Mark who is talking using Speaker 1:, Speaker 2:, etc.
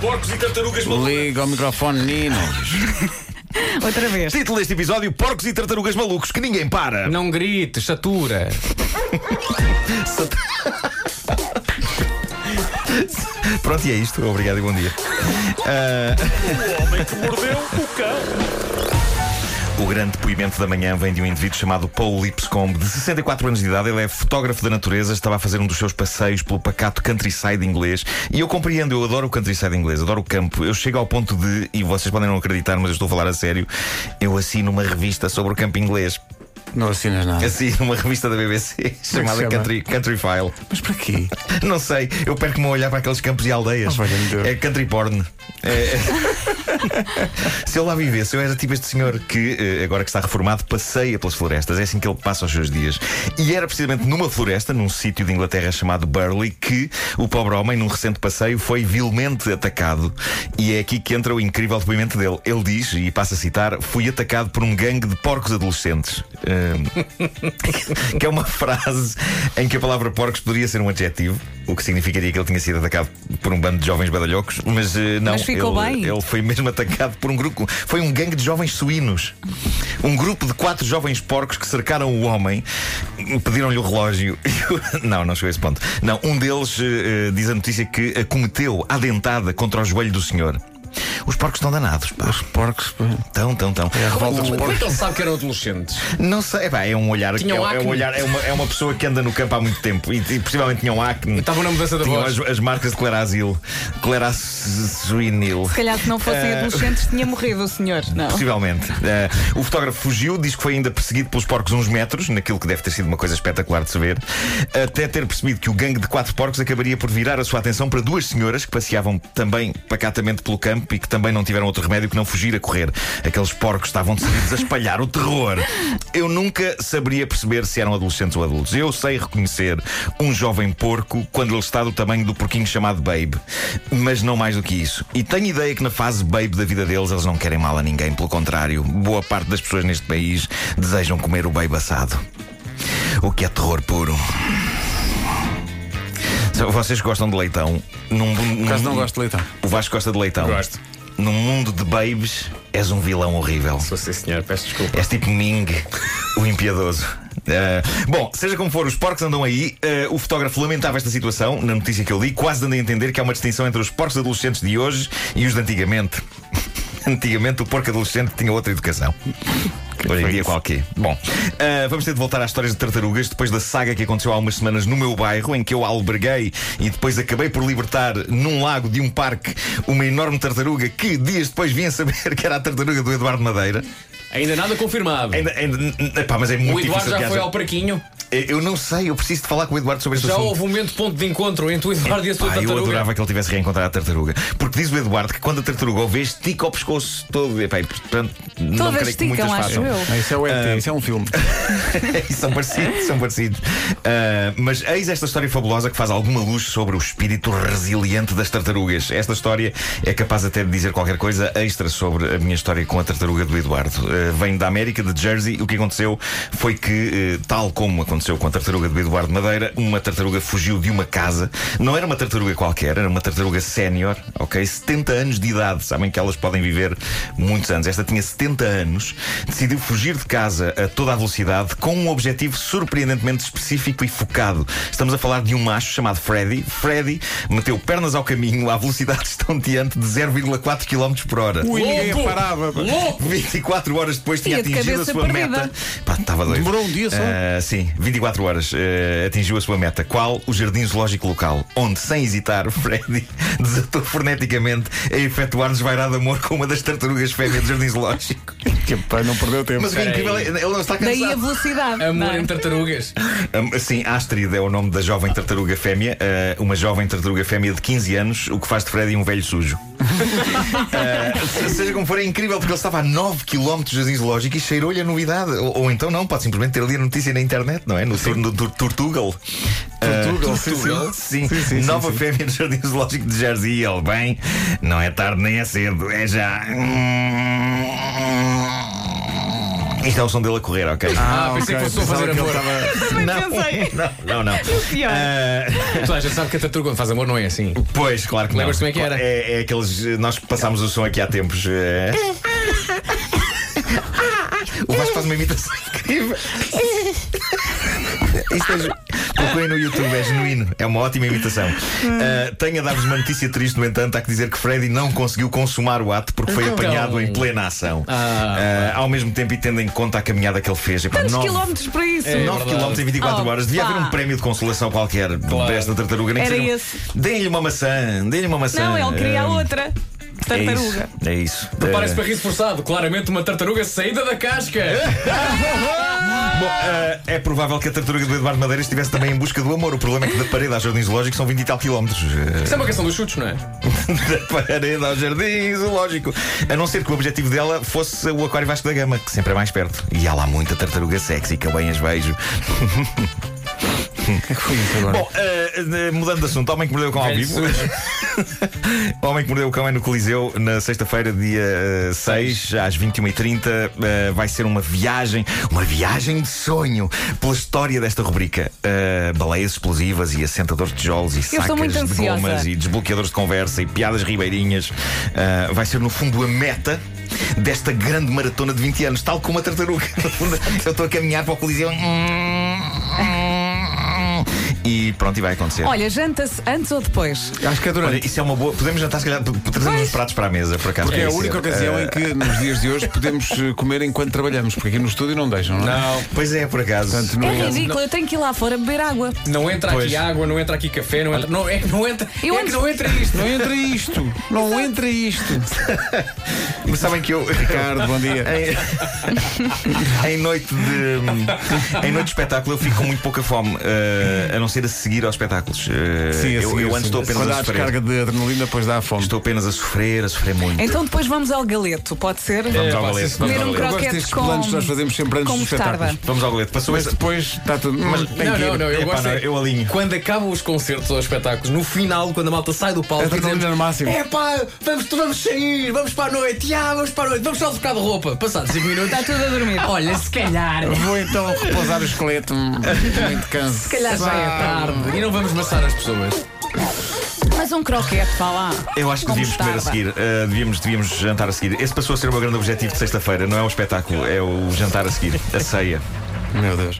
Speaker 1: porcos e tartarugas malucas.
Speaker 2: Liga o microfone, Nino.
Speaker 3: Outra vez.
Speaker 1: Título deste episódio: Porcos e tartarugas malucos, que ninguém para.
Speaker 4: Não grites, satura.
Speaker 1: Pronto, e é isto. Obrigado e bom dia.
Speaker 5: Mordeu o cão.
Speaker 1: O grande depoimento da manhã vem de um indivíduo chamado Paul Lipscomb, de 64 anos de idade. Ele é fotógrafo da natureza, estava a fazer um dos seus passeios pelo pacato countryside inglês. E eu compreendo, eu adoro o countryside inglês, adoro o campo. Eu chego ao ponto de, e vocês podem não acreditar, mas eu estou a falar a sério, eu assino uma revista sobre o campo inglês.
Speaker 2: Não assinas nada.
Speaker 1: Assino uma revista da BBC chamada
Speaker 2: chama?
Speaker 1: Country, Country File.
Speaker 2: Mas para quê?
Speaker 1: Não sei, eu perco-me a olhar para aqueles campos e aldeias.
Speaker 2: Oh, valha-me Deus.
Speaker 1: é country porn. É- se eu lá vivesse, eu era tipo este senhor que, eh, agora que está reformado, passeia pelas florestas. É assim que ele passa os seus dias. E era precisamente numa floresta, num sítio de Inglaterra chamado Burley, que o pobre homem, num recente passeio, foi vilmente atacado. E é aqui que entra o incrível depoimento dele. Ele diz, e passa a citar: Fui atacado por um gangue de porcos adolescentes. Hum, Ahm, que é uma frase em que a palavra porcos poderia ser um adjetivo, o que significaria que ele tinha sido atacado por um bando de jovens badalhocos, mas eh, não,
Speaker 3: Mas ficou
Speaker 1: ele,
Speaker 3: bem.
Speaker 1: ele foi mesmo atacado por um grupo. Foi um gangue de jovens suínos. Um grupo de quatro jovens porcos que cercaram o homem, pediram-lhe o relógio. não, não chegou a esse ponto. Não, um deles eh, eh, diz a notícia que acometeu à dentada contra o joelho do senhor. Os porcos estão danados, pá.
Speaker 2: Os porcos. pá.
Speaker 1: Tão, tão, tão.
Speaker 2: revolta dos
Speaker 1: O-
Speaker 4: Como é que ele sabe que eram adolescentes?
Speaker 1: não sei, epá, é um olhar, é,
Speaker 4: Tinham
Speaker 1: é um
Speaker 4: acne.
Speaker 1: olhar é, uma, é uma pessoa que anda no campo há muito tempo e, e possivelmente tinham acne.
Speaker 4: Estavam na mudança da
Speaker 1: Tinham
Speaker 4: voz.
Speaker 1: as, as marcas de clerasil, clerazuinil.
Speaker 3: Se calhar se não fossem adolescentes tinha morrido o senhor. Não.
Speaker 1: Possivelmente. Eh, o fotógrafo fugiu, diz que foi ainda perseguido pelos porcos uns metros, naquilo que deve ter sido uma coisa espetacular de se ver, até ter percebido que o gangue de quatro porcos acabaria por virar a sua atenção para duas senhoras que passeavam também pacatamente pelo campo e que também não tiveram outro remédio que não fugir a correr. Aqueles porcos estavam decididos a espalhar o terror. Eu nunca saberia perceber se eram adolescentes ou adultos. Eu sei reconhecer um jovem porco quando ele está do tamanho do porquinho chamado Babe, mas não mais do que isso. E tenho ideia que na fase Babe da vida deles eles não querem mal a ninguém, pelo contrário, boa parte das pessoas neste país desejam comer o Babe assado. O que é terror puro. Se Vocês gostam de leitão? Num, num,
Speaker 2: Por acaso não gosto de leitão.
Speaker 1: O Vasco gosta de leitão.
Speaker 4: Gosto.
Speaker 1: Num mundo de babes, és um vilão horrível.
Speaker 4: Sou sim, senhor, peço desculpa.
Speaker 1: És tipo Ming, o impiedoso. Ah, bom, seja como for, os porcos andam aí. Ah, o fotógrafo lamentava esta situação, na notícia que eu li, quase dando a entender que há uma distinção entre os porcos adolescentes de hoje e os de antigamente. antigamente o porco adolescente tinha outra educação. Hoje em dia qualquer. Bom, ah, vamos ter de voltar às histórias de tartarugas depois da saga que aconteceu há umas semanas no meu bairro, em que eu alberguei e depois acabei por libertar num lago de um parque uma enorme tartaruga que dias depois vinha saber que era a tartaruga do Eduardo Madeira.
Speaker 4: Ainda nada confirmado.
Speaker 1: Ainda, ainda, n- n- epá, mas é muito
Speaker 4: O Eduardo
Speaker 1: difícil que
Speaker 4: já foi
Speaker 1: haja-
Speaker 4: ao Parquinho.
Speaker 1: Eu- Eu não sei, eu preciso de falar com o Eduardo sobre este
Speaker 4: Já
Speaker 1: assunto.
Speaker 4: houve um momento de ponto de encontro entre o Eduardo e a sua
Speaker 1: Pá, eu
Speaker 4: tartaruga.
Speaker 1: adorava que ele tivesse reencontrado a tartaruga. Porque diz o Eduardo que quando a tartaruga o vê, estica o pescoço todo. Epá, e, portanto, não
Speaker 3: Todas
Speaker 1: creio que muitas
Speaker 3: esticam, acho
Speaker 1: façam.
Speaker 3: eu.
Speaker 2: Ah, Isso é o ET, isso é um filme.
Speaker 1: são parecidos, são parecidos. Ah, mas eis esta história fabulosa que faz alguma luz sobre o espírito resiliente das tartarugas. Esta história é capaz até de dizer qualquer coisa extra sobre a minha história com a tartaruga do Eduardo. Ah, vem da América, de Jersey. O que aconteceu foi que, eh, tal como aconteceu com a tartaruga do Eduardo Madeira, uma tartaruga fugiu de uma casa. Não era uma tartaruga qualquer, era uma tartaruga sénior, ok? 70 anos de idade. Sabem que elas podem viver muitos anos. Esta tinha 70 anos, decidiu fugir de casa a toda a velocidade com um objetivo surpreendentemente específico e focado. Estamos a falar de um macho chamado Freddy. Freddy meteu pernas ao caminho à velocidade estonteante de 0,4 km por hora.
Speaker 2: Ui, ninguém
Speaker 4: Louco!
Speaker 2: parava. pá.
Speaker 4: Louco!
Speaker 1: 24 horas depois tinha
Speaker 3: Ia de
Speaker 1: atingido a
Speaker 3: cabeça
Speaker 1: sua
Speaker 3: perdida.
Speaker 1: meta. Pá, estava doido.
Speaker 2: Demorou um dia só.
Speaker 1: Ah, sim, 24 horas eh, atingiu a sua meta. Qual? O Jardim Zoológico Local, onde, sem hesitar, Freddy desatou freneticamente a efetuar desvairado amor com uma das tartarugas fêmeas do Jardim Zoológico.
Speaker 2: Que, pá, não perdeu tempo.
Speaker 1: Mas o que é incrível é ele não está cansado.
Speaker 3: Daí a velocidade. não
Speaker 4: Amor
Speaker 3: é?
Speaker 4: em tartarugas.
Speaker 1: Um, Sim, Astrid é o nome da jovem tartaruga fêmea, uh, uma jovem tartaruga fêmea de 15 anos, o que faz de Freddy um velho sujo. Uh, se- seja como for, é incrível porque ele estava a 9 km do jardim zoológico e cheirou-lhe a novidade. Ou, ou então não, pode simplesmente ter ali a notícia na internet, não é? No turno do Tortugal. Eh,
Speaker 2: Tortugal, sim,
Speaker 1: Tortugal,
Speaker 2: sim.
Speaker 1: sim.
Speaker 2: Sim, sim, sim,
Speaker 1: Nova
Speaker 2: sim.
Speaker 1: fêmea do jardim zoológico de Jersey. E ele, bem, não é tarde nem é cedo, é já. Isto é o som dele a correr, ok?
Speaker 4: Ah, pensei que fosse só
Speaker 2: Pensava
Speaker 4: fazer
Speaker 2: que
Speaker 4: amor.
Speaker 2: ele estava-
Speaker 3: Também
Speaker 1: não,
Speaker 3: pensei.
Speaker 1: não, não, não.
Speaker 3: Pior.
Speaker 1: Ah,
Speaker 4: Toda a gente sabe que a tartaruga quando faz amor não é assim.
Speaker 1: pois, claro que não.
Speaker 4: Lembras-te como é que era?
Speaker 1: É, é aqueles. eh, Nós passámos o som aqui há tempos. eh. O Vasco faz uma imitação incrível. Isto é. ju- Procurem no YouTube, é genuíno. É uma ótima imitação. Ah, tenho a dar-vos uma notícia triste, no entanto, há que dizer que Freddy não conseguiu consumar o ato porque foi
Speaker 4: Então.
Speaker 1: apanhado em plena ação.
Speaker 4: Ah.
Speaker 1: Ah, ao mesmo tempo, e tendo em conta a caminhada que ele fez. epá,
Speaker 3: Quantos
Speaker 1: nove-
Speaker 3: quilómetros para isso?
Speaker 4: É,
Speaker 1: 9
Speaker 4: verdade.
Speaker 1: km em 24
Speaker 3: Oh,
Speaker 1: horas. Devia
Speaker 3: pá.
Speaker 1: haver um prémio de consolação qualquer
Speaker 4: Claro.
Speaker 1: desta tartaruga. Nem que
Speaker 3: Era
Speaker 1: seja um-
Speaker 3: esse.
Speaker 1: Deem-lhe uma maçã, deem-lhe uma maçã.
Speaker 3: Não, ele queria a
Speaker 1: Ah,
Speaker 3: outra.
Speaker 1: É isso.
Speaker 3: Tartaruga.
Speaker 1: É isso.
Speaker 4: Parece
Speaker 1: Ah,
Speaker 4: para riso forçado. Claramente uma tartaruga saída da
Speaker 1: É.
Speaker 4: casca.
Speaker 1: Bom, ah, é provável que a tartaruga do Eduardo Madeira estivesse também em busca do amor. O problema é que da parede aos jardins zoológicos são 20 e tal quilómetros. Ah,
Speaker 4: Isso é uma questão dos chutes, não é?
Speaker 1: da parede aos jardins zoológico. A não ser que o objetivo dela fosse o Aquário Vasco da Gama, que sempre é mais perto. E há lá muita tartaruga sexy que eu bem as vejo.
Speaker 2: O que é que foi isso agora?
Speaker 1: Bom, ah, ah, mudando de assunto, homem que mordeu com ao
Speaker 4: Velho
Speaker 1: vivo. O Homem que Mordeu o Cão é no Coliseu na sexta-feira, dia eh, 6, às 21h30. eh, vai ser uma viagem, uma viagem de sonho pela história desta rubrica. Eh, baleias explosivas e assentadores de tijolos e
Speaker 3: sou
Speaker 1: sacas
Speaker 3: muito
Speaker 1: de
Speaker 3: ansiosa.
Speaker 1: gomas e desbloqueadores de conversa e piadas ribeirinhas. Eh, vai ser, no fundo, a meta desta grande maratona de 20 anos, tal como a tartaruga. No fundo, Eu estou a caminhar para o Coliseu. hum, E pronto, e vai acontecer.
Speaker 3: Olha, janta-se antes ou depois?
Speaker 2: Acho que é durante.
Speaker 1: Olha, isso é uma boa. Podemos jantar, se calhar, p- p- trazemos
Speaker 3: Pois.
Speaker 1: uns pratos para a mesa, por acaso.
Speaker 2: Porque é a
Speaker 1: para
Speaker 2: única
Speaker 1: ser.
Speaker 2: ocasião em que nos dias de hoje podemos eh, comer enquanto trabalhamos, porque aqui no estúdio não deixam, não é?
Speaker 1: Não, pois é, por acaso.
Speaker 2: Portanto,
Speaker 3: É
Speaker 2: não
Speaker 3: ridículo, eu tenho que ir lá fora beber água.
Speaker 4: Não entra
Speaker 1: Pois.
Speaker 4: aqui água, não entra aqui café, não entra. Não, é que não entra.
Speaker 3: Eu
Speaker 4: é que
Speaker 3: entro-
Speaker 4: não entra isto.
Speaker 2: Não entra isto! Não entra isto! É
Speaker 1: Mas sabem que eu.
Speaker 2: Ricardo, bom dia.
Speaker 1: em- em noite de. Em noite de espetáculo eu fico com muito pouca fome, eh, a não ser a seguir aos espetáculos. Eh,
Speaker 2: a
Speaker 1: eu,
Speaker 2: seguir,
Speaker 1: eu antes
Speaker 2: sim.
Speaker 1: estou apenas
Speaker 2: é Quando há
Speaker 1: a
Speaker 2: a
Speaker 1: sofrer.
Speaker 2: descarga de adrenalina, depois dá a fome.
Speaker 1: Estou apenas a sofrer, a sofrer muito.
Speaker 3: Então depois vamos ao galeto, pode ser?
Speaker 1: Vamos
Speaker 4: É,
Speaker 1: ao
Speaker 4: pá,
Speaker 1: valete.
Speaker 4: sim,
Speaker 1: Vamos
Speaker 4: senhor.
Speaker 1: ao
Speaker 3: Ver um
Speaker 1: valete.
Speaker 2: Eu gosto
Speaker 3: croquete
Speaker 2: destes
Speaker 3: com-
Speaker 2: planos que nós fazemos sempre antes
Speaker 3: com
Speaker 2: dos espetáculos.
Speaker 3: mostarda.
Speaker 1: Vamos ao valete. Passou
Speaker 2: Mas
Speaker 1: essa.
Speaker 2: depois está tudo. Mas tem
Speaker 4: não,
Speaker 2: que ir.
Speaker 4: não, não, eu
Speaker 1: Epá,
Speaker 4: gosto.
Speaker 1: não,
Speaker 4: é-
Speaker 1: eu alinho.
Speaker 4: Quando acabam os concertos ou os espetáculos, no final, quando a malta sai do palco,
Speaker 2: Adrenalina no máximo.
Speaker 4: É pá, vamos, vamos sair, vamos para a noite, ah, vamos para a noite, vamos só trocar de roupa. Passados 5 minutos. é
Speaker 3: Está tudo a dormir.
Speaker 4: Olha, se calhar.
Speaker 2: Vou então repousar o esqueleto hum, muito cansado. Se
Speaker 3: calhar já é
Speaker 4: Tarde. E não vamos maçar as pessoas.
Speaker 3: Mas um croquete, vá lá.
Speaker 1: Eu acho que
Speaker 3: Com
Speaker 1: devíamos comer a
Speaker 3: mostarda.
Speaker 1: seguir. Eh, devíamos, devíamos jantar a seguir. Esse um passou a ser o meu grande objetivo de sexta-feira. Não é o espetáculo, é o jantar a seguir. A ceia.
Speaker 2: Meu Deus.